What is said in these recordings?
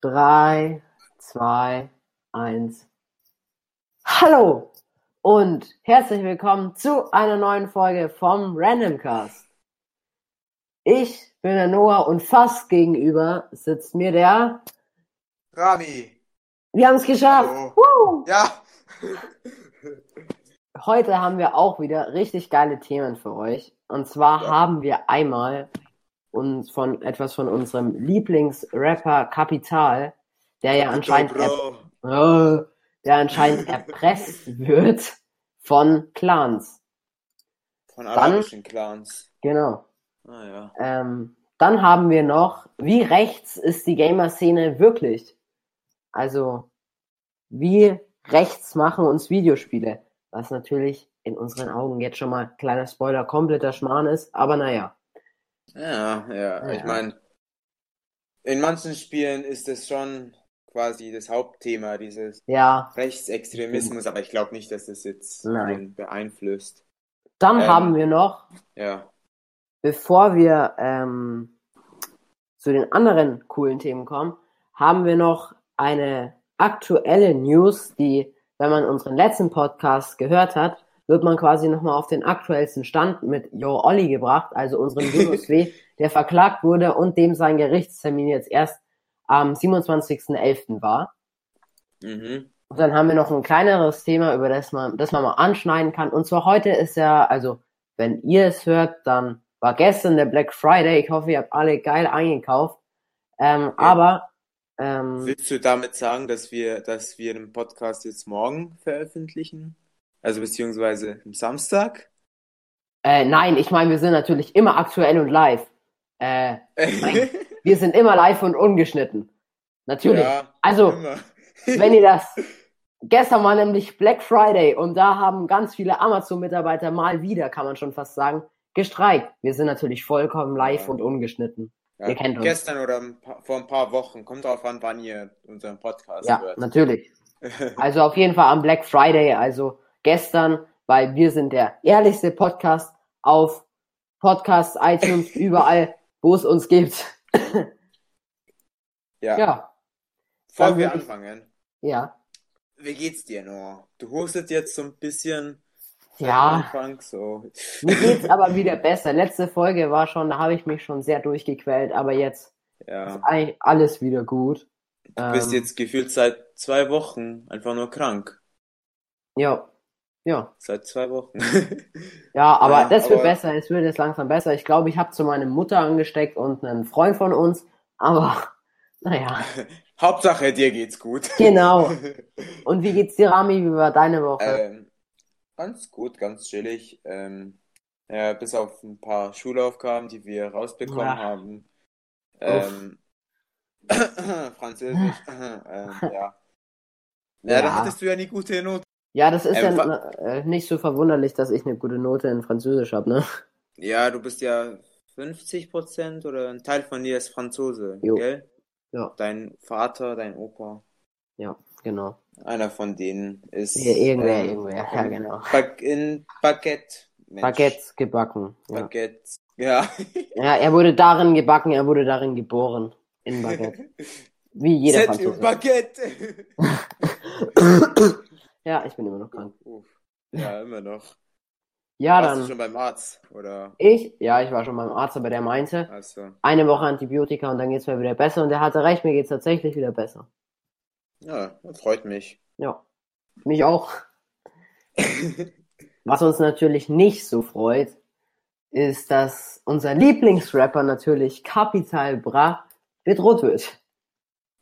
Drei, zwei, eins. Hallo und herzlich willkommen zu einer neuen Folge vom Randomcast. Ich bin der Noah und fast gegenüber sitzt mir der. Rami. Wir haben es geschafft. Woo! Ja. Heute haben wir auch wieder richtig geile Themen für euch. Und zwar Ja. haben wir einmal uns von etwas von unserem Lieblingsrapper Kapital, der ja anscheinend Yo, Bro. äh, der anscheinend erpresst wird von Clans. Von arabischen Clans. Ah, Genau. Naja. Ähm, dann haben wir noch, wie rechts ist die Gamer-Szene wirklich? Also, wie rechts machen uns Videospiele? Was natürlich in unseren Augen jetzt schon mal kleiner Spoiler, kompletter Schmarrn ist, aber naja. Ja, ja. Ah, Ja. Ich meine, in manchen Spielen ist es schon quasi das Hauptthema, dieses Ja, Rechtsextremismus, aber ich glaube nicht, dass das jetzt Nein. den beeinflusst. dann Ähm. haben wir noch, Ja. bevor wir ähm, zu den anderen coolen Themen kommen, haben wir noch eine aktuelle News, die, wenn man unseren letzten Podcast gehört hat, wird man quasi nochmal auf den aktuellsten Stand mit Yo Olli gebracht, also unserem Julius W., der verklagt wurde und dem sein Gerichtstermin jetzt erst am 27.11. war. Mhm. Und dann haben wir noch ein kleineres Thema, über das man, das man mal anschneiden kann. Und zwar heute ist ja, also wenn ihr es hört, dann war gestern der Black Friday. Ich hoffe, ihr habt alle geil eingekauft. Ähm, Aber ähm, Willst du damit sagen, dass wir, dass wir den Podcast jetzt morgen veröffentlichen? Also beziehungsweise am Samstag? äh, nein, ich meine, wir sind natürlich immer aktuell und live. Äh, wir sind immer live und ungeschnitten. Natürlich. Ja, also, immer. wenn ihr das. Gestern war nämlich Black Friday und da haben ganz viele Amazon-Mitarbeiter mal wieder, kann man schon fast sagen, gestreikt. Wir sind natürlich vollkommen live Ja. und ungeschnitten. Ja, Ihr kennt uns. gestern oder ein paar, vor ein paar Wochen. Kommt drauf an, wann ihr unseren Podcast Ja, hört. natürlich. Also auf jeden Fall am Black Friday, also gestern, weil wir sind der ehrlichste Podcast auf Podcasts, iTunes, überall, wo es uns gibt. Ja. Ja, Bevor dann wir würde ich- anfangen, ja. wie geht's dir, Noah? Du hustest jetzt so ein bisschen am Ja, Anfang, so. mir geht's aber wieder besser. Letzte Folge war schon, da habe ich mich schon sehr durchgequält, aber jetzt ist Ja. eigentlich alles wieder gut. Ähm, Du bist jetzt gefühlt seit zwei Wochen einfach nur krank. Ja, ja. Seit zwei Wochen. Ja, aber Ja, das wird aber- besser, es wird jetzt langsam besser. Ich glaube, ich habe zu meiner Mutter angesteckt und einen Freund von uns, aber naja, Hauptsache, dir geht's gut. genau. Und wie geht's dir, Rami? Wie war deine Woche? Ähm, ganz gut, ganz chillig. Ähm, ja, bis auf ein paar Schulaufgaben, die wir rausbekommen Ja. haben. Ähm, Französisch. ähm, ja. Ja, Ja. da hattest du ja eine gute Note. ja, das ist ähm, ja äh, nicht so verwunderlich, dass ich eine gute Note in Französisch habe, ne? Ja, du bist ja 50% oder ein Teil von dir ist Franzose, Jo. gell? Ja. Dein Vater, dein Opa, Ja, genau. einer von denen ist Hier, irgendwer, ähm, irgendwer. Ja, genau. Back in Baguette. Mensch. Baguettes gebacken. Ja. Baguette. Ja. ja, er wurde darin gebacken, er wurde darin geboren. In Baguette. Wie jeder Set im Franzose. Baguette. ja, ich bin immer noch krank. Uff. Ja, immer noch. Ja, Warst du dann. schon beim Arzt? Oder? Ich? Ja, ich war schon beim Arzt, aber der meinte, Also, eine Woche Antibiotika und dann geht's mir wieder besser. Und er hatte recht, mir geht's tatsächlich wieder besser. ja, das freut mich. Ja. Mich auch. Was uns natürlich nicht so freut, ist, dass unser Lieblingsrapper natürlich Capital Bra bedroht wird.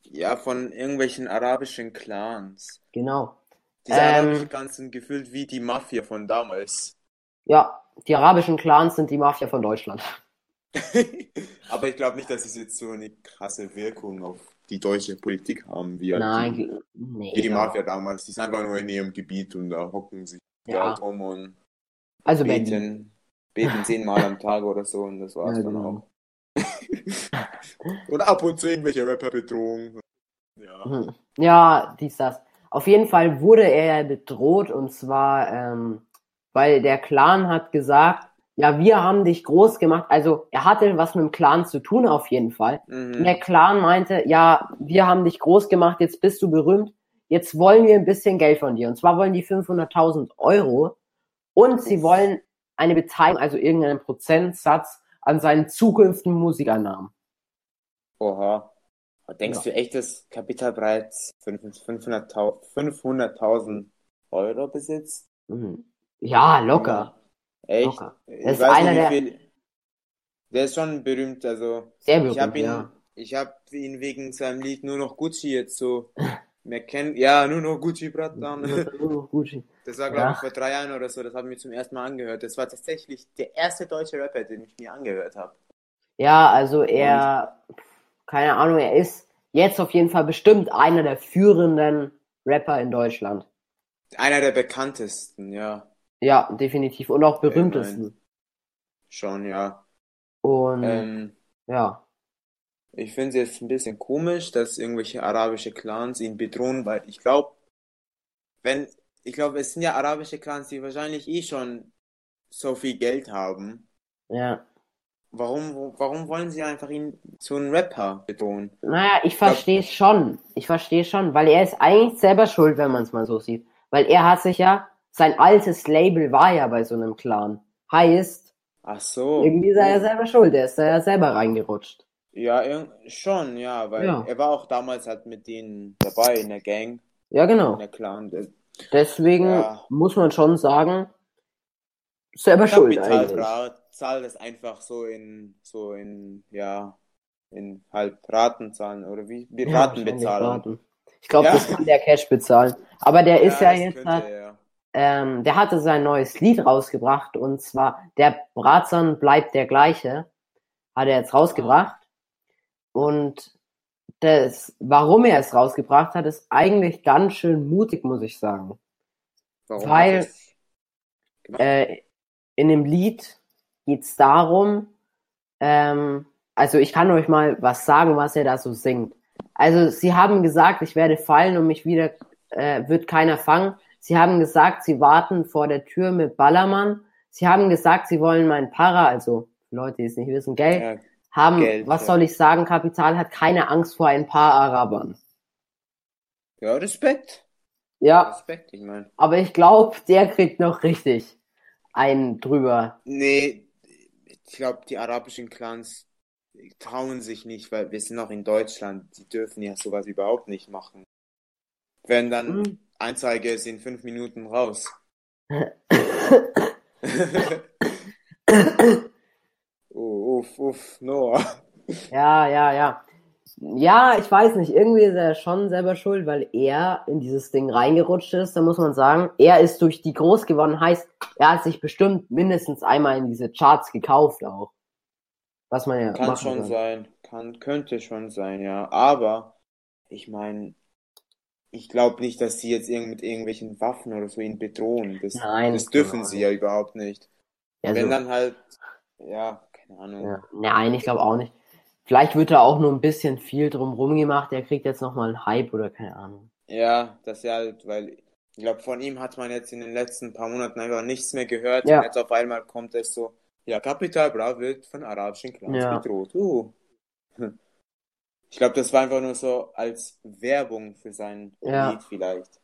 Ja, von irgendwelchen arabischen Clans. Genau. Diese Ähm. arabischen Clans sind gefühlt wie die Mafia von damals. Ja, die arabischen Clans sind die Mafia von Deutschland. Aber ich glaube nicht, dass es jetzt so eine krasse Wirkung auf die deutsche Politik haben, wie halt Nein, die, ge- nee. wie die ja. Mafia damals. Die sind einfach nur in ihrem Gebiet und da hocken sich Ja. da drum und Also Berlin. beten, beten zehnmal am Tag oder so und das war's Ja, dann genau. auch. und ab und zu irgendwelche Rapper-Bedrohungen. Ja. Hm. Ja, dies, das. Auf jeden Fall wurde er ja bedroht und zwar, ähm, weil der Clan hat gesagt, ja, wir haben dich groß gemacht. Also er hatte was mit dem Clan zu tun auf jeden Fall. Und Mhm. der Clan meinte, ja, wir haben dich groß gemacht, jetzt bist du berühmt, jetzt wollen wir ein bisschen Geld von dir. Und zwar wollen die 500.000 Euro und sie wollen eine Beteiligung, also irgendeinen Prozentsatz an seinen zukünftigen Musikernamen. Oha. Aber Denkst du echt, dass Capital bereits 500.000 500.000 Euro besitzt? Hm. Mhm. Ja, locker. Echt? Locker. Ich Das ist weiß einer nicht, wie viel. Der ist schon berühmt, also. Sehr Ich berühmt, habe ihn, ja. ich habe ihn wegen seinem Lied nur noch Gucci jetzt so mehr kennen. Ja, nur noch Gucci, Bratan. Gucci. Das war, glaube Ja. ich, vor drei Jahren oder so. Das habe ich mir zum ersten Mal angehört. Das war tatsächlich der erste deutsche Rapper, den ich mir angehört habe. Ja, also er, keine Ahnung, er ist jetzt auf jeden Fall bestimmt einer der führenden Rapper in Deutschland. Einer der bekanntesten, ja. Ja, definitiv. Und auch berühmtesten. Schon, ja. Und Ähm, ja. ich finde es jetzt ein bisschen komisch, dass irgendwelche arabische Clans ihn bedrohen, weil ich glaube, wenn, ich glaube, es sind ja arabische Clans, die wahrscheinlich eh schon so viel Geld haben. Ja. Warum, warum wollen sie einfach ihn zu einem Rapper bedrohen? Naja, ich verstehe es schon. Ich verstehe schon, weil er ist eigentlich selber schuld, wenn man es mal so sieht. Weil er hat sich ja, sein altes Label war ja bei so einem Clan. Heißt, Ach so. irgendwie ist er ja selber schuld, er ist da ja selber reingerutscht. Ja, irgend- schon, ja, weil Ja. er war auch damals halt mit denen dabei in der Gang, Ja, in genau. der Clan. Der Deswegen Ja. muss man schon sagen, selber schuld Kapital eigentlich. Bra- zahlt das einfach so in, so in, ja, in halt Ratenzahlen oder wie, wie Ja, Ratenbezahlung. wahrscheinlich Raten. Ich glaube, Ja. das kann der Cash bezahlen. Aber der ist ja das jetzt, könnte halt, er, ja. ähm, der hatte sein neues Lied rausgebracht und zwar Der Bratson bleibt der gleiche, hat er jetzt rausgebracht. Und das, warum er es rausgebracht hat, ist eigentlich ganz schön mutig, muss ich sagen. Warum Weil- hat das- Äh, in dem Lied geht's darum, ähm, also ich kann euch mal was sagen, was er da so singt. Also sie haben gesagt, ich werde fallen und mich wieder äh, wird keiner fangen. Sie haben gesagt, sie warten vor der Tür mit Ballermann. Sie haben gesagt, sie wollen meinen Para, also Leute, die es nicht wissen, Geld, ja, haben, Geld, was ja. soll ich sagen, Kapital hat keine Angst vor ein paar Arabern. ja, Respekt. Ja, Respekt, ich meine. aber ich glaube, der kriegt noch richtig einen drüber. Nee, ich glaube, die arabischen Clans trauen sich nicht, weil wir sind noch in Deutschland. Die dürfen ja sowas überhaupt nicht machen. Wenn dann Hm. Anzeige ist in fünf Minuten raus. Oh, uff, uff, Noah. Ja, ja, ja. Ja, ich weiß nicht. Irgendwie ist er schon selber schuld, weil er in dieses Ding reingerutscht ist. Da muss man sagen, er ist durch die groß geworden. Heißt, er hat sich bestimmt mindestens einmal in diese Charts gekauft auch. Was man ja Kann machen schon kann. sein, kann, könnte schon sein, ja. Aber ich meine, ich glaube nicht, dass sie jetzt irgend mit irgendwelchen Waffen oder so ihn bedrohen. Das, Nein, das genau. dürfen sie ja überhaupt nicht. Also, Wenn dann halt, ja, keine Ahnung. ja. Nein, ich glaube auch nicht. Vielleicht wird da auch nur ein bisschen viel drumrum gemacht. Er kriegt jetzt nochmal einen Hype oder keine Ahnung. Ja, das ist ja halt, weil ich glaube, von ihm hat man jetzt in den letzten paar Monaten einfach nichts mehr gehört. Ja. Und jetzt auf einmal kommt es so, ja, Capital Bra wird von arabischen Clans Ja. bedroht. Uh. Ich glaube, das war einfach nur so als Werbung für sein Ja. Lied vielleicht.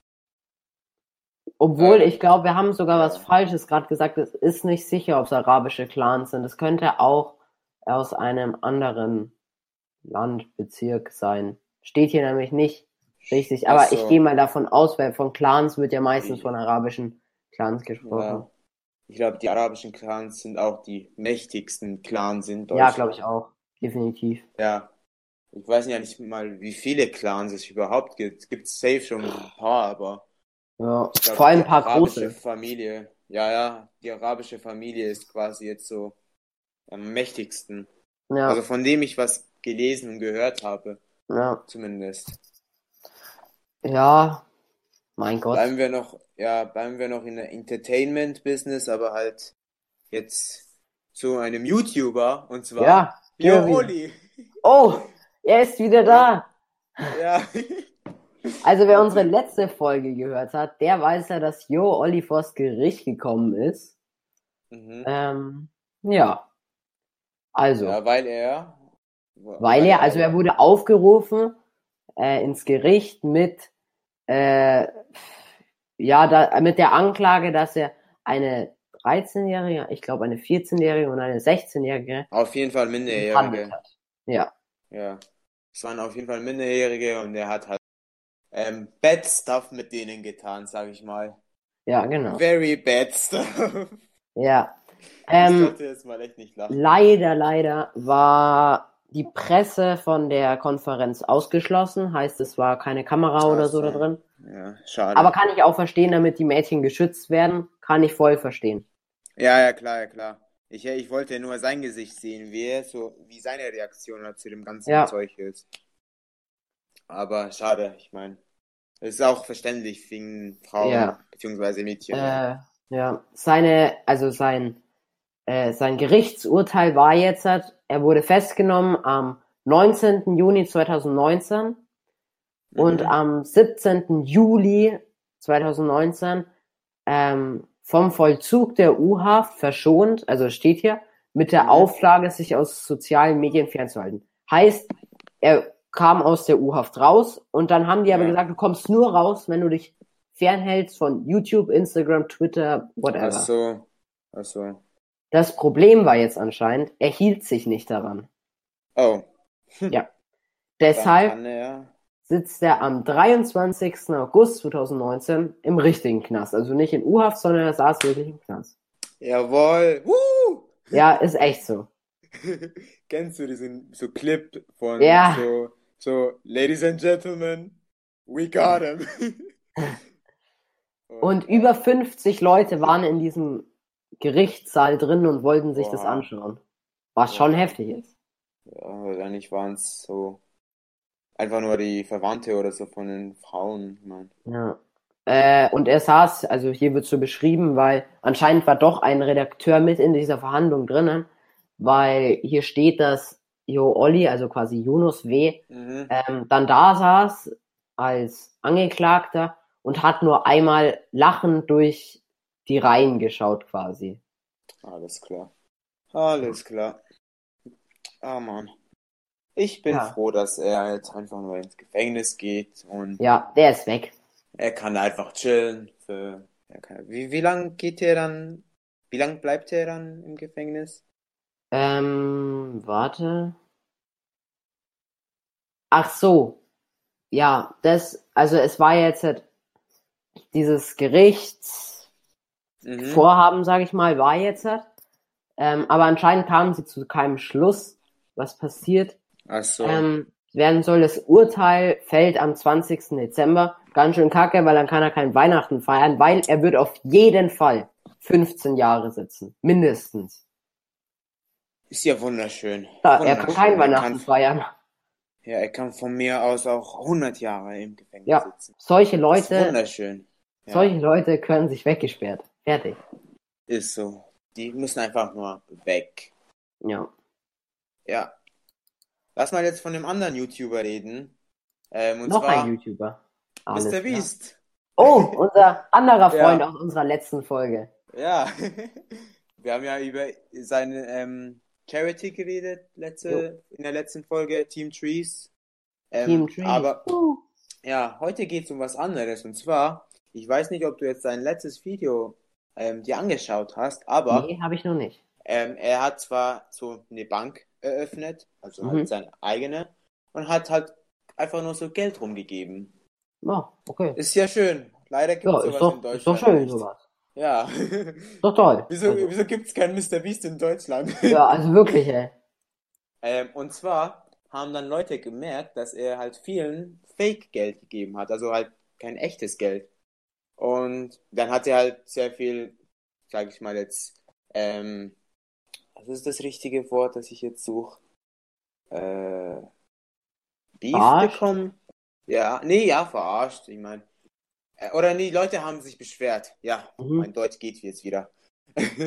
Obwohl, Ähm, ich glaube, wir haben sogar ja. was Falsches gerade gesagt. Es ist nicht sicher, ob es arabische Clans sind. Es könnte auch aus einem anderen Land, Bezirk sein. Steht hier nämlich nicht richtig. Aber Ach so, ich gehe mal davon aus, weil von Clans wird ja meistens Die- von arabischen Clans gesprochen. ja. Ich glaube, die arabischen Clans sind auch die mächtigsten Clans in Ja, Deutschland. glaube ich auch. Definitiv. Ja. Ich weiß ja nicht mal, wie viele Clans es überhaupt gibt. Es gibt safe schon ein paar, aber Ja. ich glaube, Vor allem ein die paar arabische große. Familie, ja, ja, die arabische Familie ist quasi jetzt so am mächtigsten. Ja, Also von dem ich was gelesen und gehört habe, ja. zumindest. ja. Mein Gott. Bleiben wir noch, ja, bleiben wir noch in der Entertainment-Business, aber halt jetzt zu einem YouTuber und zwar Ja. Leo Jovi. Oli. Oh, er ist wieder da. Ja. Also wer unsere letzte Folge gehört hat, der weiß ja, dass Jo Olli vors Gericht gekommen ist. Mhm. Ähm, Ja. Also, Ja, weil er. weil er, also er wurde aufgerufen äh, ins Gericht mit, äh, ja, da, mit der Anklage, dass er eine 13-Jährige, ich glaube eine 14-Jährige und eine 16-Jährige Auf jeden Fall Minderjährige. behandelt hat. Ja, Ja. Es waren auf jeden Fall Minderjährige und er hat halt ähm, bad stuff mit denen getan, sag ich mal. ja, genau. Very bad stuff. Ja. Ich Ähm, sollte jetzt mal echt nicht lachen. leider, leider war die Presse von der Konferenz ausgeschlossen. Heißt, es war keine Kamera oder Ach so da so. drin. Ja, schade. Aber kann ich auch verstehen, damit die Mädchen geschützt werden. Kann ich voll verstehen. Ja, ja, klar, ja, klar. Ich, ich wollte nur sein Gesicht sehen, wie er so, wie seine Reaktion halt zu dem ganzen Ja. Zeug ist. Aber schade, ich meine, es ist auch verständlich wegen Frauen Ja. beziehungsweise Mädchen. Äh, ja, seine, also sein, äh, sein Gerichtsurteil war jetzt, halt, er wurde festgenommen am 19. Juni 2019 und äh, Mhm. am 17. Juli 2019 ähm, vom Vollzug der U-Haft verschont, also steht hier, mit der Mhm. Auflage, sich aus sozialen Medien fernzuhalten. Heißt, er kam aus der U-Haft raus und dann haben die aber Ja. gesagt, du kommst nur raus, wenn du dich fernhältst von YouTube, Instagram, Twitter, whatever. Ach so, ach so. Das Problem war jetzt anscheinend, er hielt sich nicht daran. Oh, Deshalb dann kann er. sitzt er am 23. August 2019 im richtigen Knast. Also nicht in U-Haft, sondern er saß wirklich im Knast. Jawohl! Woo! Ja, ist echt so. Kennst du diesen so Clip von Ja. so, so Ladies and Gentlemen, we got him. Und über 50 Leute waren in diesem Gerichtssaal drin und wollten sich das Boah. anschauen. Was schon heftig ist. Ja, wahrscheinlich waren es so einfach nur die Verwandte oder so von den Frauen, ich mein. Ja. Äh, und er saß, also hier wird so beschrieben, weil anscheinend war doch ein Redakteur mit in dieser Verhandlung drinnen, weil hier steht, dass Jo Olli, also quasi Jonas W., Mhm. ähm, dann da saß als Angeklagter und hat nur einmal lachend durch die Reihen geschaut quasi. Alles klar. Alles klar. Ah, Mann. Ich bin Ja. froh, dass er jetzt einfach nur ins Gefängnis geht und Ja, der ist weg. er kann einfach chillen. Für, er kann, wie, wie lang geht er dann? Wie lang bleibt er dann im Gefängnis? Ähm, warte. Ach so. Ja, das, also es war jetzt halt dieses Gerichtsvorhaben, Mhm. sage ich mal, war jetzt halt. Ähm, aber anscheinend kamen sie zu keinem Schluss, was passiert Ach so. ähm, werden soll. Das Urteil fällt am 20. Dezember. Ganz schön kacke, weil dann kann er kein Weihnachten feiern, weil er wird auf jeden Fall 15 Jahre sitzen. Mindestens. Ist ja wunderschön. Da, er kann Wunderschön. kein Er Weihnachten kann, feiern. ja, er kann von mir aus auch 100 Jahre im Gefängnis Ja. sitzen. Solche Das ist Leute, wunderschön. Ja. solche Leute können sich weggesperrt. Fertig. Ist so. Die müssen einfach nur weg. Ja. Ja. Lass mal jetzt von dem anderen YouTuber reden. Ähm, und Noch zwar ein YouTuber. Alles Mr. klar. Beast. Oh, unser anderer Ja. Freund aus unserer letzten Folge. Ja. Wir haben ja über seine ähm, Charity geredet letzte, in der letzten Folge, Team Trees. Ähm, Team Tree. Aber Uh. ja, heute geht es um was anderes. Und zwar, ich weiß nicht, ob du jetzt sein letztes Video ähm, dir angeschaut hast, aber Nee, habe ich noch nicht. Ähm, er hat zwar so eine Bank eröffnet, also Mhm. halt seine eigene, und hat halt einfach nur so Geld rumgegeben. Oh, okay. Ist ja schön. Leider gibt Ja, es sowas ist in doch, Deutschland ist doch schön nicht. sowas. Ja. Ist doch toll. wieso Also. wieso gibt es keinen Mr. Beast in Deutschland? Ja, also wirklich, ey. Ähm, und zwar haben dann Leute gemerkt, dass er halt vielen Fake-Geld gegeben hat, also halt kein echtes Geld. Und dann hat er halt sehr viel, sag ich mal jetzt, ähm, was ist das richtige Wort, das ich jetzt suche? Äh, Beef Verarscht? bekommen? Ja, nee, ja, verarscht, ich meine. Äh, oder nee, Leute haben sich beschwert. Ja, Mhm. mein Deutsch geht jetzt wieder.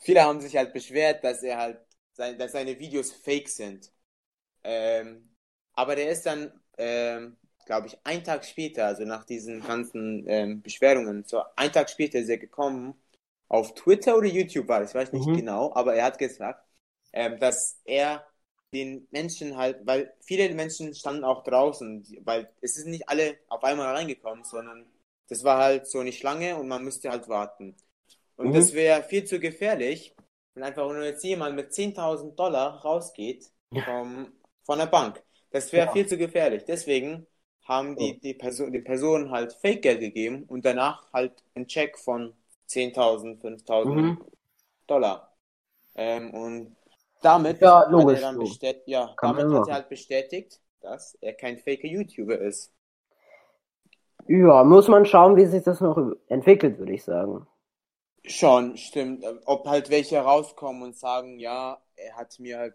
Viele haben sich halt beschwert, dass er halt sein, dass seine Videos fake sind. Ähm, aber der ist dann, ähm, glaube ich, einen Tag später, also nach diesen ganzen ähm, Beschwerungen, so einen Tag später ist er gekommen auf Twitter oder YouTube war, das weiß ich nicht Mhm. genau, aber er hat gesagt, ähm, dass er den Menschen halt, weil viele Menschen standen auch draußen, die- weil es sind nicht alle auf einmal reingekommen, sondern das war halt so eine Schlange und man müsste halt warten. Und Mhm. das wäre viel zu gefährlich, wenn einfach nur jetzt jemand mit 10.000 Dollar rausgeht Ja. vom, von der Bank. Das wäre Ja. Oh. viel zu gefährlich. Deswegen haben die, die, Person, die Personen halt Fake-Geld gegeben und danach halt einen Check von 10.000, 5.000 Mhm. Dollar. Ähm, und damit Ja, hat logisch, er dann logisch. bestät ja, Kann man damit hat machen. er halt bestätigt, dass er kein faker YouTuber ist. Ja, muss man schauen, wie sich das noch entwickelt, würde ich sagen. Schon, stimmt. Ob halt welche rauskommen und sagen, ja, er hat mir halt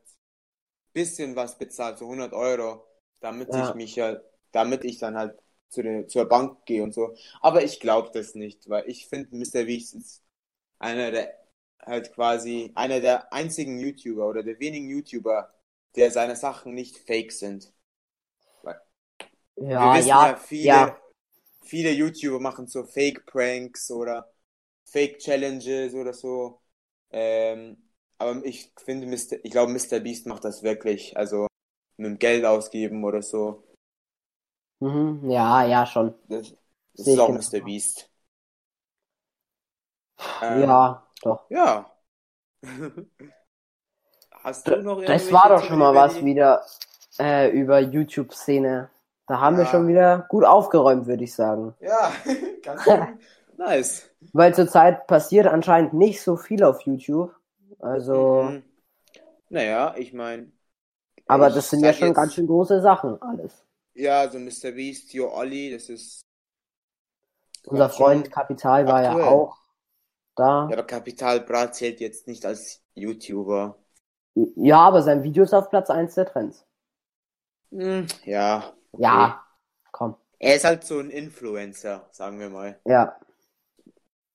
bisschen was bezahlt, so 100 Euro, damit Ja. ich mich ja, damit ich dann halt zu der, zur Bank gehe und so. Aber ich glaube das nicht, weil ich finde, Mr. Wiechs ist einer der, halt quasi, einer der einzigen YouTuber oder der wenigen YouTuber, der seine Sachen nicht fake sind. Wir Ja, wissen ja, ja, viele, ja. viele YouTuber machen so Fake-Pranks oder Fake-Challenges oder so. Ähm, aber ich finde, Mr., ich glaube, Mr. Beast macht das wirklich. Also mit dem Geld ausgeben oder so. Mhm. Ja, ja, schon. Das, das Sehe ist ich auch genauso. Mr. Beast. Ähm, Ja, doch. Ja. Hast du noch Das war doch irgendwelche schon mal Themen, was die- wieder äh, über YouTube-Szene. Da haben wir Ja. schon wieder gut aufgeräumt, würde ich sagen. Ja, ganz schön. Nice. Weil zurzeit passiert anscheinend nicht so viel auf YouTube. Also, Mhm. Naja, ich meine. aber ich das sind ja sag schon jetzt- ganz schön große Sachen, alles. Ja, so Mr. Beast, Yo Olli, das ist. Unser Ganz Freund schön. Kapital war ja aktuell. auch da. Ja, aber Capital Bra zählt jetzt nicht als YouTuber. Ja, aber sein Video ist auf Platz 1 der Trends. Hm, ja. okay. Ja, komm. Er ist halt so ein Influencer, sagen wir mal. Ja.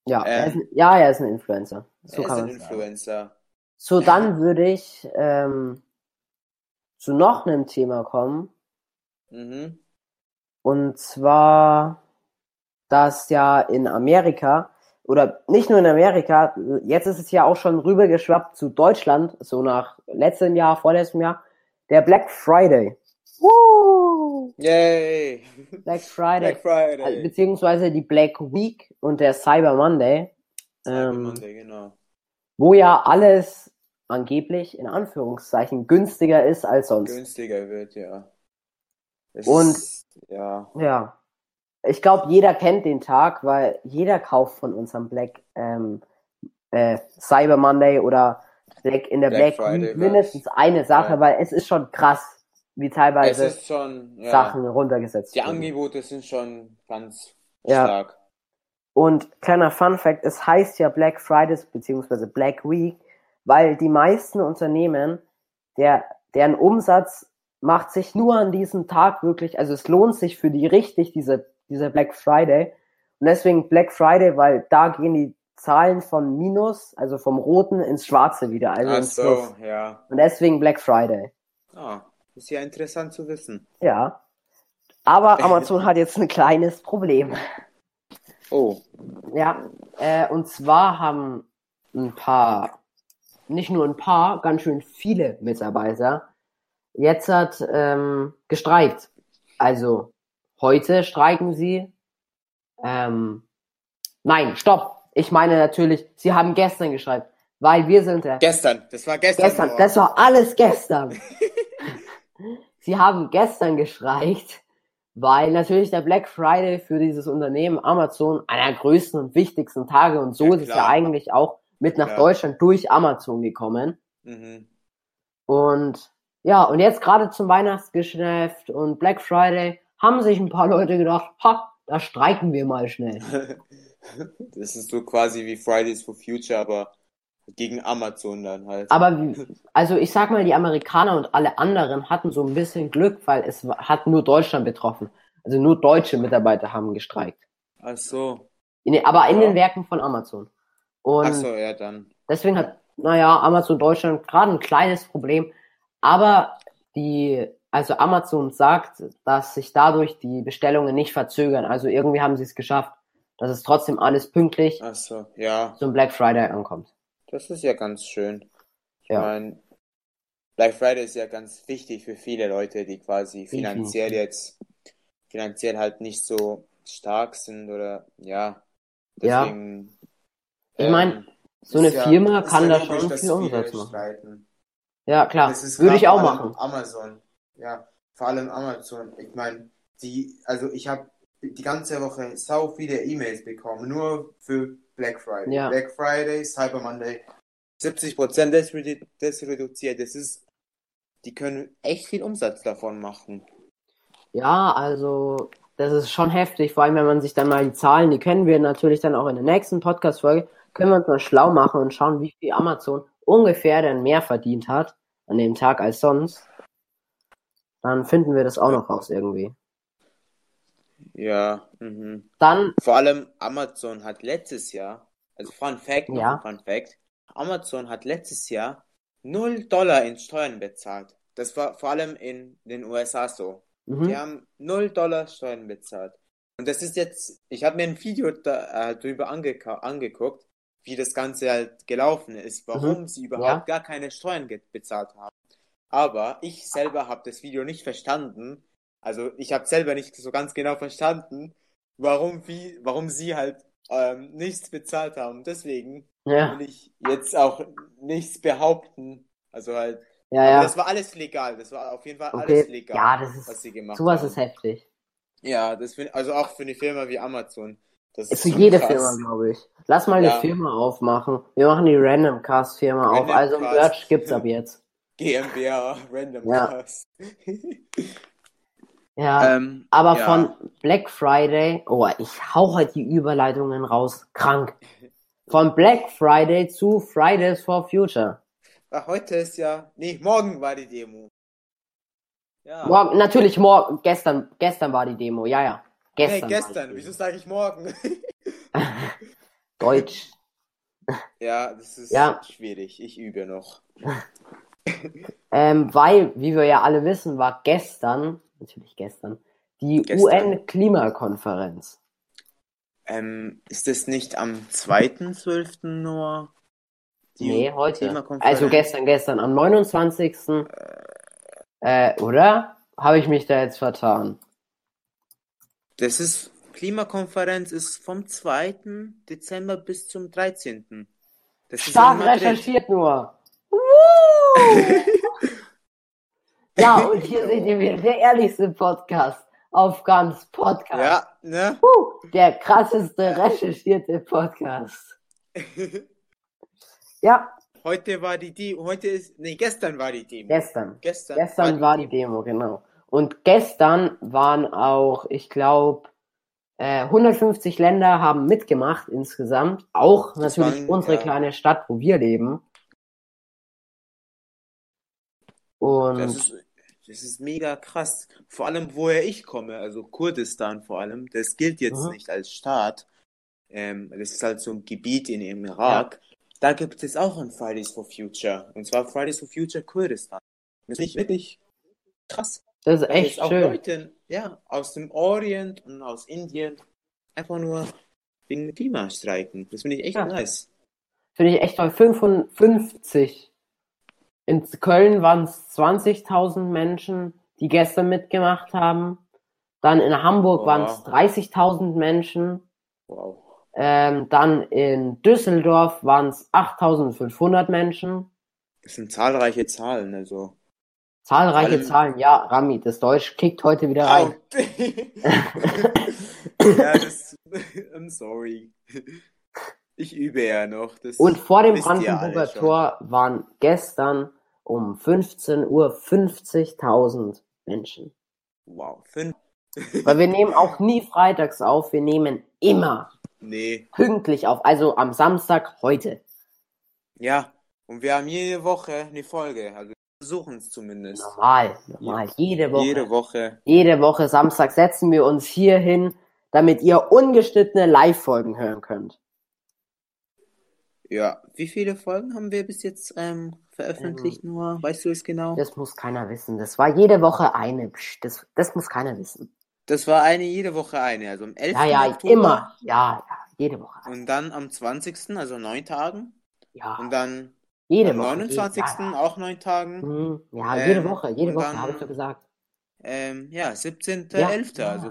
Ja, Ähm. er ist, ein- ja, er ist ein Influencer. So er ist kann ein man sagen. Influencer. So, dann würde ich ähm, zu noch einem Thema kommen. Mhm. Und zwar, dass ja in Amerika, oder nicht nur in Amerika, jetzt ist es ja auch schon rübergeschwappt zu Deutschland, so nach letztem Jahr, vorletztem Jahr, der Black Friday. Woo! Yay! Black Friday. Black Friday. Also, beziehungsweise die Black Week und der Cyber Monday, Cyber ähm, Monday, genau. wo ja alles angeblich in Anführungszeichen günstiger ist als sonst. Günstiger wird, ja. Es Und- ist, ja. Ja. Ich glaube, jeder kennt den Tag, weil jeder kauft von uns am Black ähm, äh, Cyber Monday oder Black in der Black Black, Friday, Week ja. mindestens eine Sache, Ja. weil es ist schon krass, wie Es teilweise ist schon, ja. Sachen runtergesetzt Die wurden. Angebote sind schon ganz Ja. stark. Und kleiner Fun Fact, es heißt ja Black Fridays bzw. Black Week, weil die meisten Unternehmen, der, deren Umsatz macht sich nur an diesem Tag wirklich, also es lohnt sich für die richtig, dieser, dieser Black Friday. Und deswegen Black Friday, weil da gehen die Zahlen von Minus, also vom Roten ins Schwarze wieder, also Ach ins so, Plus. ja. Und deswegen Black Friday. Ah, ist ja interessant zu wissen. Ja. Aber Amazon hat jetzt ein kleines Problem. Oh, Ja, äh, und zwar haben ein paar, nicht nur ein paar, ganz schön viele Mitarbeiter jetzt hat ähm, gestreikt. Also heute streiken sie. Ähm, nein, stopp. Ich meine natürlich, sie haben gestern gestreikt, weil wir sind der gestern. Das war gestern. gestern, Noah. das war alles gestern. Sie haben gestern gestreikt, weil natürlich der Black Friday für dieses Unternehmen Amazon einer der größten und wichtigsten Tage und so Ja, ist es klar. ja eigentlich auch mit nach Klar. Deutschland durch Amazon gekommen. Mhm. Und ja, und jetzt gerade zum Weihnachtsgeschäft und Black Friday haben sich ein paar Leute gedacht, ha, da streiken wir mal schnell. Das ist so quasi wie Fridays for Future, aber gegen Amazon dann halt. Aber wie- also ich sag mal, die Amerikaner und alle anderen hatten so ein bisschen Glück, weil es wa- hat nur Deutschland betroffen. Also nur deutsche Mitarbeiter haben gestreikt. Ach so. In, den- aber in Ja. den Werken von Amazon. Und Ach so, ja, dann. deswegen hat, naja, Amazon Deutschland gerade ein kleines Problem. Aber die, also Amazon sagt, dass sich dadurch die Bestellungen nicht verzögern. Also irgendwie haben sie es geschafft. dass es trotzdem alles pünktlich Achso, ja, zum Black Friday ankommt. das ist ja ganz schön. Ich Ja. mein, Black Friday ist ja ganz wichtig für viele Leute, die quasi finanziell jetzt, finanziell halt nicht so stark sind oder ja. Ja. Deswegen, Ich mein, ähm, so eine ist ja- Firma ist kann ja da logisch, schon dass viel viele ne? Umsatz machen. streiten. Ja, klar. Das ist Würde ich gerade auch vor allem machen. Amazon. Ja, vor allem Amazon. Ich meine, die, also ich habe die ganze Woche sau viele E-Mails bekommen, nur für Black Friday. Ja. Black Friday, Cyber Monday. 70% des, redu- des reduziert. Das ist, die können echt viel Umsatz davon machen. Ja, also das ist schon heftig, vor allem wenn man sich dann mal die Zahlen, die kennen wir natürlich dann auch in der nächsten Podcast-Folge, können wir uns mal schlau machen und schauen, wie viel Amazon ungefähr denn mehr verdient hat an dem Tag als sonst. Dann finden wir das auch noch raus irgendwie. Ja, mhm. Dann, Vor allem Amazon hat letztes Jahr, also Fun Fact, noch Ja. ein Fun Fact, Amazon hat letztes Jahr 0 Dollar in Steuern bezahlt. Das war vor allem in den USA so. mhm, Die haben 0 Dollar Steuern bezahlt. Und das ist jetzt, ich habe mir ein Video da, äh, drüber angeka- angeguckt, wie das Ganze halt gelaufen ist, Mhm. warum sie überhaupt gar keine Steuern ge- bezahlt haben. Aber ich selber habe das Video nicht verstanden. Also ich habe selber nicht so ganz genau verstanden, warum, wie, warum sie halt ähm, nichts bezahlt haben. Deswegen ja, will ich jetzt auch nichts behaupten. Also halt, ja, aber ja, das war alles legal. Das war auf jeden Fall okay, alles legal, ja, das was ist, sie gemacht sowas haben. ist heftig. Ja, das find, also auch für eine Firma wie Amazon. Das Ist für schon jede krass. Firma, glaube ich. Lass mal eine Ja. Firma aufmachen. Wir machen die Random Cast Firma auf, Random also Cast. Hm. Merch gibt's ab jetzt. GmbH, Random Ja. Ah. Cars. Ja. ähm, Aber ja. von Black Friday, oh, ich hau heute die Überleitungen raus, krank. Von Black Friday zu Fridays for Future. Ach, heute ist ja. Nee, morgen war die Demo. Ja. Morgen, natürlich morgen, gestern, gestern war die Demo, ja, ja. Nee, Gestern. war gestern. die Wieso Demo. sage ich morgen? Deutsch. ja, das ist Ja. schwierig. Ich übe noch. Ähm, weil, wie wir ja alle wissen, war gestern, natürlich gestern, die Gestern. UN-Klimakonferenz. Ähm, ist das nicht am 2.12. nur? die Nee, heute. Klimakonferenz? Also gestern, gestern, am 29. Äh, oder? Habe ich mich da jetzt vertan? Das ist. Klimakonferenz ist vom 2. Dezember bis zum 13. Das ist Stark in Madrid. recherchiert nur. Ja, und hier seht ihr wieder der ehrlichste Podcast auf ganz Podcast. Ja, ne? Huh, der krasseste recherchierte Podcast. Ja, Heute war die Demo. Heute ist. Nee, gestern war die Demo. gestern. Gestern, Gestern war die Demo, genau. Und gestern waren auch, ich glaube, äh, 150 Länder haben mitgemacht insgesamt. Auch Das natürlich waren, unsere ja. kleine Stadt, wo wir leben. Das Und ist, das ist mega krass. Vor allem, woher ich komme, also Kurdistan vor allem, das gilt jetzt Mhm. nicht als Staat. Ähm, das ist halt so ein Gebiet in im Irak. Da gibt es auch ein Fridays for Future. Und zwar Fridays for Future Kurdistan. Das ist wirklich krass. das ist Da echt ist auch schön. Leute, ja, aus dem Orient und aus Indien einfach nur wegen dem Klima streiken. Das finde ich echt Ja. nice. Finde ich echt toll. 55. In Köln waren es 20.000 Menschen, die gestern mitgemacht haben. Dann in Hamburg Boah. waren es 30.000 Menschen. Wow. Ähm, dann in Düsseldorf waren es 8.500 Menschen. Das sind zahlreiche Zahlen, also. Zahlreiche Alle- Zahlen. Ja, Rami, das Deutsch kickt heute wieder rein. ja, das. I'm sorry. Ich übe ja noch. Das Und vor dem wisst ihr alle Brandenburger schon. Tor waren gestern um 15 Uhr 50.000 Menschen. Wow, fünf. Weil wir nehmen auch nie freitags auf, wir nehmen immer Nee. pünktlich auf, also am Samstag heute. Ja. Und wir haben jede Woche eine Folge. Also wir versuchen es zumindest. Normal, normal, jede Woche. Jede, Jede Woche. Woche Samstag setzen wir uns hier hin, damit ihr ungeschnittene Live-Folgen hören könnt. Ja. Wie viele Folgen haben wir bis jetzt ähm, veröffentlicht nur? Weißt du es genau? Das muss keiner wissen. Das war jede Woche eine. Psch, Das, das muss keiner wissen. Das war eine jede Woche eine. Also am 11. Ja, ja, Oktober immer. Ja, ja, jede Woche. und dann am 20., also neun Tagen. Ja, Und dann jede am Woche. 29. Jede, ja, auch neun ja. Tagen. Mhm, ja Ähm, jede Woche, jede und Woche, dann- habe ich so gesagt. Ähm, ja, 17. Ja, 11. ja, also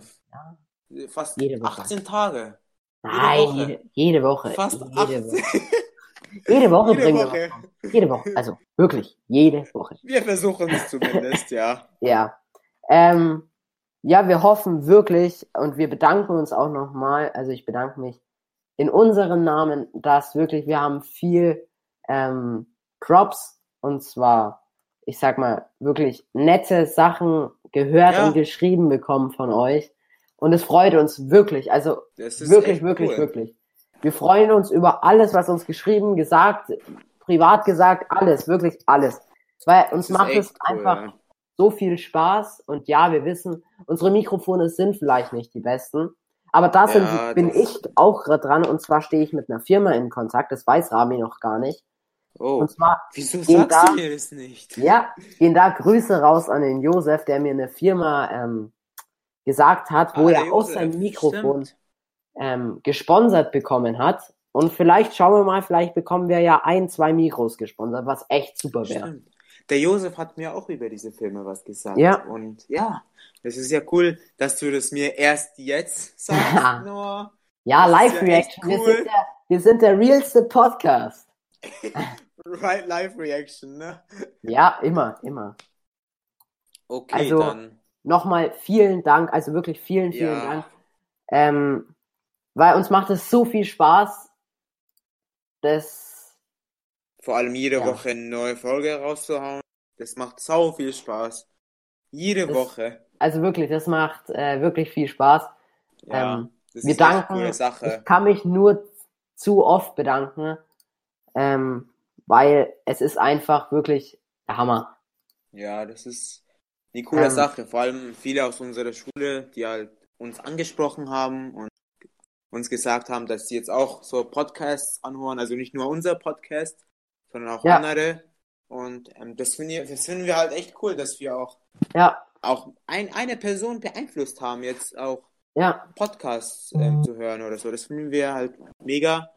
ja. fast Jede Woche. 18 Tage. Jede Nein, Woche. jede, jede Woche. Fast jede 18. Woche. Jede Woche Jede bringen wir Woche. was raus. Jede Woche. Also wirklich, jede Woche. Wir versuchen es zumindest, ja. Ja. Ähm, ja, wir hoffen wirklich und wir bedanken uns auch nochmal. Also ich bedanke mich in unserem Namen, dass wirklich wir haben viel ähm, Props und zwar, ich sag mal, wirklich nette Sachen gehört Ja. und geschrieben bekommen von euch. Und es freut uns wirklich. Also Das ist wirklich, echt wirklich, cool. wirklich. Wir freuen uns über alles, was uns geschrieben, gesagt, privat gesagt, alles, wirklich alles. Weil uns Das ist macht echt es cool, einfach ja. so viel Spaß. Und ja, wir wissen, unsere Mikrofone sind vielleicht nicht die besten. Aber da sind, Ja, bin das- ich auch gerade dran. Und zwar stehe ich mit einer Firma in Kontakt. Das weiß Rami noch gar nicht. Oh, Und zwar, wieso gehen sagst da- du mir das nicht? ja, gehen da Grüße raus an den Josef, der mir eine Firma ähm, gesagt hat, wo Ah, er aus Josef, seinem Mikrofon stimmt. ähm, gesponsert bekommen hat. Und vielleicht schauen wir mal, vielleicht bekommen wir ja ein, zwei Mikros gesponsert, was echt super wäre. Stimmt. Der Josef hat mir auch über diese Filme was gesagt. Ja. Und ja, das ist ja cool, dass du das mir erst jetzt Ja. sagst, Noah. Ja, Das ist ja Live-Reaction. echt wir, cool. sind der- wir sind der realste Podcast. Right Live Reaction, ne? Ja, immer, immer. Okay, Also, dann. Nochmal vielen Dank, also wirklich vielen, vielen Ja. Dank. Ähm, weil uns macht es so viel Spaß. Das, Vor allem jede Ja. Woche eine neue Folge rauszuhauen. Das macht sau viel Spaß. Jede Das- Woche. also wirklich, das macht äh, wirklich viel Spaß. Ja, äh. ähm, das wir ist echt danken- coole Sache. Ich kann mich nur zu oft bedanken, ähm, weil es ist einfach wirklich der Hammer. Ja, das ist eine coole Ähm, Sache. Vor allem viele aus unserer Schule, die halt uns angesprochen haben und uns gesagt haben, dass sie jetzt auch so Podcasts anhören. Also nicht nur unser Podcast, sondern auch Ja. andere. Und ähm, das finden wir, das finden wir halt echt cool, dass wir auch, Ja, auch ein, eine Person beeinflusst haben, jetzt auch ja, Podcasts Mhm. ähm, zu hören oder so. Das finden wir halt mega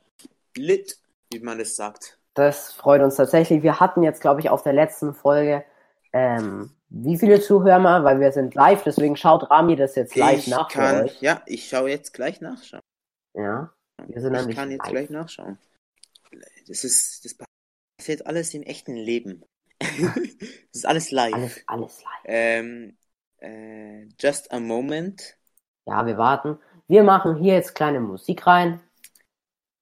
lit, wie man das sagt. das freut uns tatsächlich. Wir hatten jetzt, glaube ich, auf der letzten Folge, ähm, wie viele Zuhörer mal, weil wir sind live, deswegen schaut Rami das jetzt live Ich nach für kann, euch. ja, ich schaue jetzt gleich nachschauen. Ja, wir sind ich nämlich kann jetzt live. gleich nachschauen. Das ist, das passiert alles im echten Leben. das ist alles live. alles, alles live. Ähm, äh, just a moment. Ja, wir warten. Wir machen hier jetzt kleine Musik rein.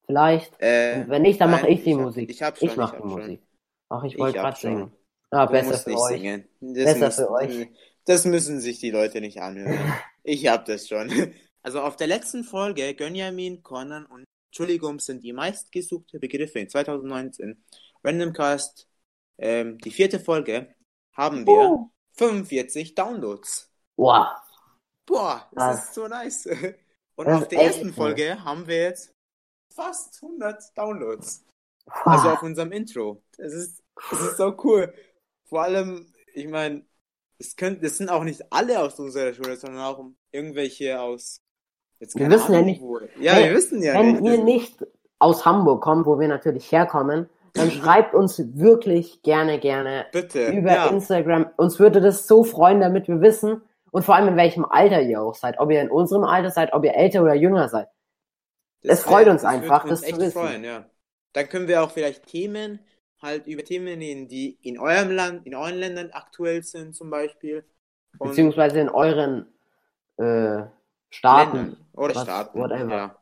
Vielleicht. Äh, Und wenn nicht, dann nein, mache ich die hab- Musik. Ich hab schon, ich mache hab die schon. Musik. Ach, ich Ich wollte hab gerade schon. singen. Ah, Du besser musst für nicht euch. singen. Das Besser müssen- für euch. Das müssen sich die Leute nicht anhören. Ich hab das schon. Also auf der letzten Folge, Gönjamin, Conan und Entschuldigung sind die meistgesuchte Begriffe in 2019. Randomcast, ähm, die vierte Folge, haben wir 45 Downloads. Wow. Boah, das Krass. ist so nice. Und Das auf ist der echt ersten nice. Folge haben wir jetzt fast 100 Downloads. Wow. Also auf unserem Intro. Es ist, es ist so cool. Vor allem, ich meine, es können, das sind auch nicht alle aus unserer Schule, sondern auch irgendwelche aus. Jetzt Wir keine wissen ja Ahnung nicht- wo. Ja, Hey, wir wissen ja Wenn ihr nicht. nicht aus Hamburg kommt, wo wir natürlich herkommen, dann schreibt uns wirklich gerne, gerne Bitte. über ja. Instagram. Uns würde das so freuen, damit wir wissen und vor allem in welchem Alter ihr auch seid. Ob ihr in unserem Alter seid, ob ihr älter oder jünger seid. es freut uns das einfach, würde uns das zu echt wissen. freuen, ja. Dann können wir auch vielleicht Themen, halt über Themen reden, die in eurem Land, in euren Ländern aktuell sind zum Beispiel. Und Beziehungsweise in euren äh, Staaten. Ländern oder was- Staaten. whatever. Ja.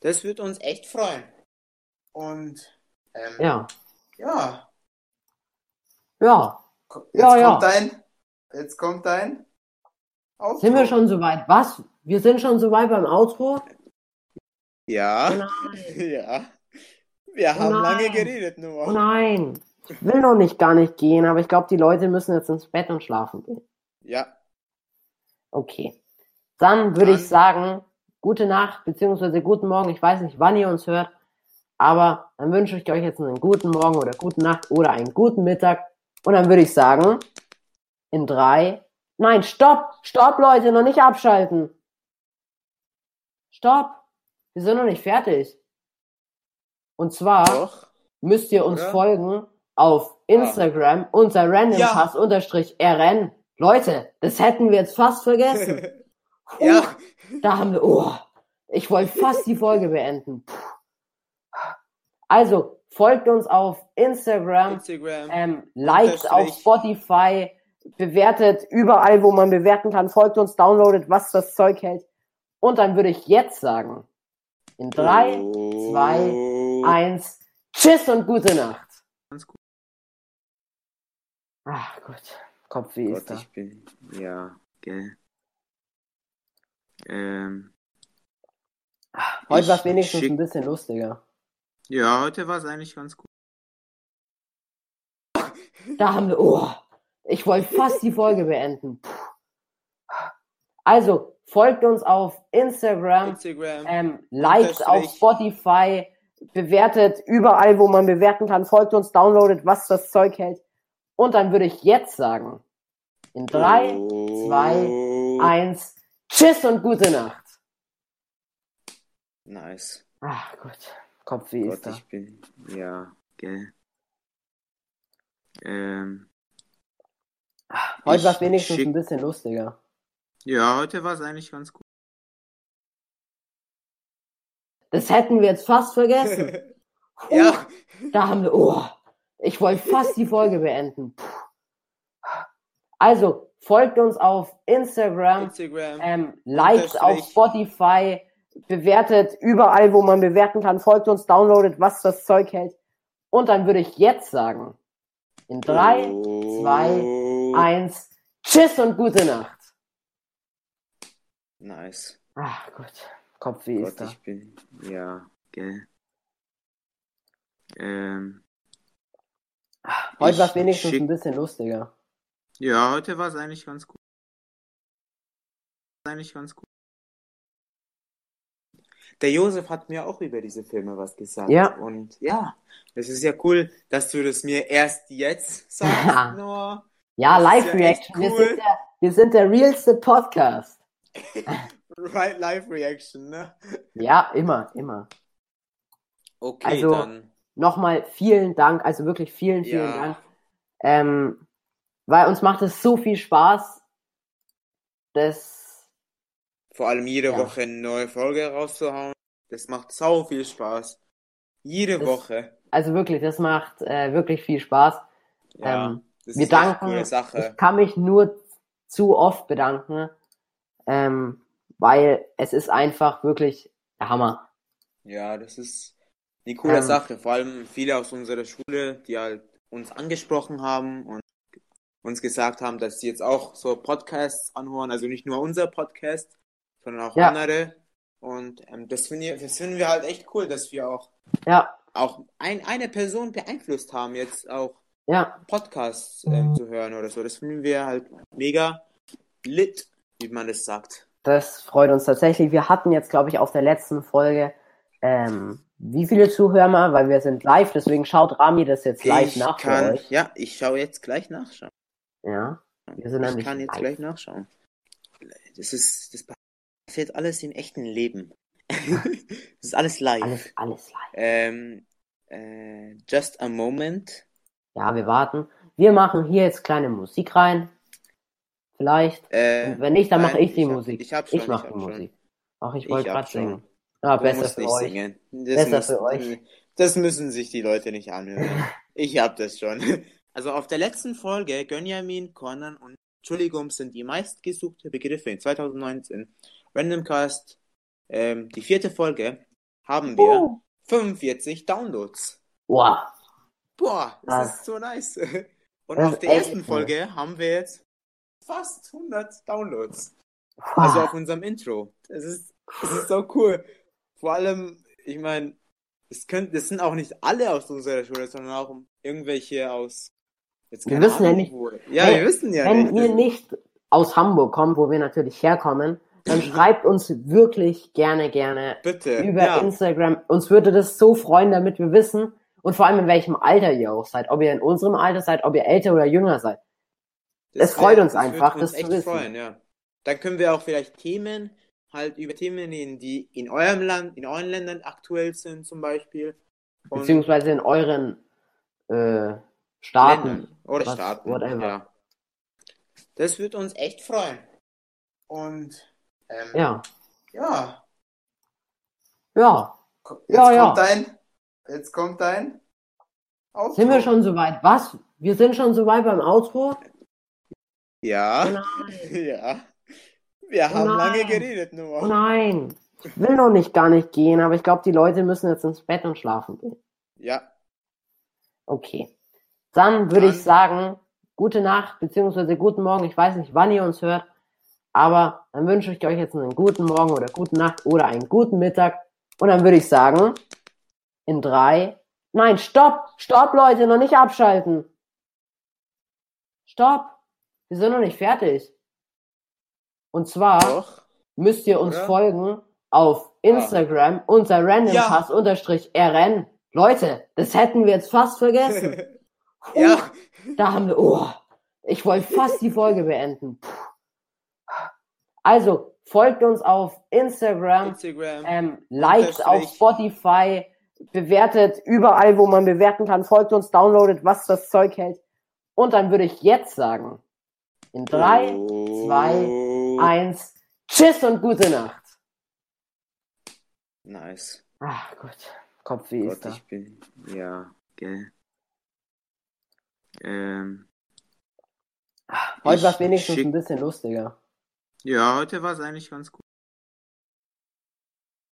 Das wird uns echt freuen. Und ähm, Ja. Ja. Ja. Ko- Jetzt Ja, kommt ja. dein. Jetzt kommt dein. Outro. Sind wir schon soweit? Was? Wir sind schon soweit beim Outro? Oh Ja. nein. Ja. Wir Oh haben lange nein. geredet, Oh Noah. nein. Ich will noch nicht gar nicht gehen, aber ich glaube, die Leute müssen jetzt ins Bett und schlafen gehen. Ja. Okay. Dann würde Dann- ich sagen, gute Nacht beziehungsweise guten Morgen. Ich weiß nicht, wann ihr uns hört, aber dann wünsche ich euch jetzt einen guten Morgen oder guten Nacht oder einen guten Mittag. Und dann würde ich sagen, in drei. Nein, stopp! Stopp, Leute, noch nicht abschalten! Stopp! Wir sind noch nicht fertig. Und zwar Doch. müsst ihr uns Oder? folgen auf Instagram unter randompass-rn. Leute, das hätten wir jetzt fast vergessen. Puh, ja. Da haben wir, oh, ich wollte fast die Folge beenden. Puh. Also, folgt uns auf Instagram, Instagram. ähm, liked Unterstrich. auf Spotify, bewertet überall, wo man bewerten kann, folgt uns, downloadet, was das Zeug hält. Und dann würde ich jetzt sagen, in drei, Oh. zwei, eins, tschüss und gute Nacht. Ganz gut. Ach gut, Kopfweh ist Gott, da. ich bin. Ja, gell. Ähm. Heute ich war es wenigstens schick- ein bisschen lustiger. Ja, heute war es eigentlich ganz gut. Da haben wir, oh, ich wollte fast die Folge beenden. Puh. Also, folgt uns auf Instagram, Instagram. ähm, liked auf Unterstrich. Spotify, bewertet überall, wo man bewerten kann, folgt uns, downloadet, was das Zeug hält. Und dann würde ich jetzt sagen, in drei, Oh. zwei, eins, tschüss und gute Nacht. Nice. Ach gut, Kopfweh ist Gott, da. ich bin. Ja, gell. Ähm. Heute war es ich wenigstens schick- ein bisschen lustiger. Ja, heute war es eigentlich ganz gut. Das hätten wir jetzt fast vergessen. Puh. ja. Da haben wir, oh, ich wollte fast die Folge beenden. Puh. Also, folgt uns auf Instagram, Instagram. ähm, liked Unterstrich. auf Spotify, bewertet überall, wo man bewerten kann, folgt uns, downloadet, was das Zeug hält. Und dann würde ich jetzt sagen, in drei, Oh, zwei, eins, tschüss und gute Nacht. Nice. Ach gut, Kopfweh ist Gott, da. ich bin. Ja, gell. Ähm. Heute war es ich wenigstens schick- ein bisschen lustiger. Ja, heute war es eigentlich ganz gut. Eigentlich ganz gut. Der Josef hat mir auch über diese Filme was gesagt. Ja. Und ja, es ist ja cool, dass du das mir erst jetzt sagst, Noah. Ja, Das ist ja Live-Reaction, echt wir, sind cool. der- wir sind der realste Podcast. Right Live Reaction, ne? Ja, immer, immer. Okay, Also, dann. nochmal vielen Dank, also wirklich vielen, vielen Ja. Dank. Ähm, weil uns macht es so viel Spaß, das, Vor allem jede ja. Woche eine neue Folge rauszuhauen. Das macht sau viel Spaß. Jede Das- Woche. also wirklich, das macht äh, wirklich viel Spaß. Ja, ähm, das wir ist echt eine danken- coole Ich Sache. kann mich nur zu oft bedanken, ähm, weil es ist einfach wirklich der Hammer. Ja, das ist eine coole Ähm. Sache. Vor allem viele aus unserer Schule, die halt uns angesprochen haben und uns gesagt haben, dass sie jetzt auch so Podcasts anhören. Also nicht nur unser Podcast, sondern auch Ja. andere. Und ähm, das finden wir, das finden wir halt echt cool, dass wir auch, Ja, auch ein, eine Person beeinflusst haben, jetzt auch ja, Podcasts ähm, zu hören oder so. Das finden wir halt mega lit, wie man das sagt. das freut uns tatsächlich. Wir hatten jetzt, glaube ich, auf der letzten Folge, ähm, wie viele Zuhörer, mal? weil wir sind live, deswegen schaut Rami das jetzt live Ich nach für kann, euch. ja, ich schaue jetzt gleich nachschauen. Ja. Wir sind ich nämlich kann jetzt live. gleich nachschauen. Das ist, das passiert alles im echten Leben. das ist alles live. Alles, alles live. Ähm, äh, just a moment. Ja, wir warten. Wir machen hier jetzt kleine Musik rein. Vielleicht. Äh, Und wenn nicht, dann nein, mache ich die ich hab- Musik. ich hab schon, ich mache die ich hab schon. Musik. Ach, ich Ich wollte hab gerade schon. singen. Ja, du besser musst für nicht euch. singen. Das Besser müssen, für euch. Das müssen sich die Leute nicht anhören. ich hab das schon. Also auf der letzten Folge, Gönjamin, Conan und Entschuldigung sind die meistgesuchte Begriffe in 2019. Randomcast, ähm, die vierte Folge, haben wir. 45 Downloads. Uh, Wow. Boah, das Krass. ist so nice. Und Ah. Das auf ist der echt ersten cool. Folge haben wir jetzt fast 100 Downloads. Also Also, auf unserem Intro. Das ist, das ist so cool. Vor allem, ich meine, es können, das sind auch nicht alle aus unserer Schule, sondern auch irgendwelche aus. Jetzt Wir keine wissen ja Ahnung nicht- wo. Ja, Hey, wir wissen ja wenn nicht. ihr Das- nicht aus Hamburg kommt, wo wir natürlich herkommen, dann schreibt uns wirklich gerne, gerne Bitte. über ja. Instagram. Uns würde das so freuen, damit wir wissen und vor allem in welchem Alter ihr auch seid. Ob ihr in unserem Alter seid, ob ihr älter oder jünger seid. Es freut uns das würde einfach, das uns zu echt wissen. freuen, ja. Dann können wir auch vielleicht Themen, halt über Themen reden, die in eurem Land, in euren Ländern aktuell sind zum Beispiel. Und Beziehungsweise in euren äh, Staaten. Ländern oder was- Staaten. whatever. Ja. Das würde uns echt freuen. Und ähm, ja. Ja. Ja. Jetzt Ja, ja. kommt dein. Jetzt kommt dein. Outro. Sind wir schon soweit? Was? Wir sind schon soweit beim Outro? Ja. Oh nein. Ja. Wir Oh haben lange nein. geredet, nur. Oh nein. Ich will noch nicht gar nicht gehen, aber ich glaube, die Leute müssen jetzt ins Bett und schlafen gehen. Ja. Okay. Dann würde Dann- ich sagen, gute Nacht beziehungsweise guten Morgen. Ich weiß nicht, wann ihr uns hört, aber dann wünsche ich euch jetzt einen guten Morgen oder guten Nacht oder einen guten Mittag. Und dann würde ich sagen, in drei. Nein, stopp! Stopp, Leute, noch nicht abschalten! Stopp! Wir sind noch nicht fertig. Und zwar Doch. müsst ihr uns Oder? Ah. folgen auf Instagram unter randompass-rn. Leute, das hätten wir jetzt fast vergessen. Puh, ja. Da haben wir, oh, ich wollte fast die Folge beenden. Puh. Also, folgt uns auf Instagram, Instagram. ähm, liked Unterstrich. auf Spotify, bewertet überall, wo man bewerten kann, folgt uns, downloadet, was das Zeug hält. Und dann würde ich jetzt sagen, in drei, Oh, zwei, eins, tschüss und gute Nacht. Nice. Ach gut, Kopf wie Gott, ist da. ich bin. Ja, gell. Ähm, Heute war ich wenigstens schick- ein bisschen lustiger. ja, heute war es eigentlich ganz gut.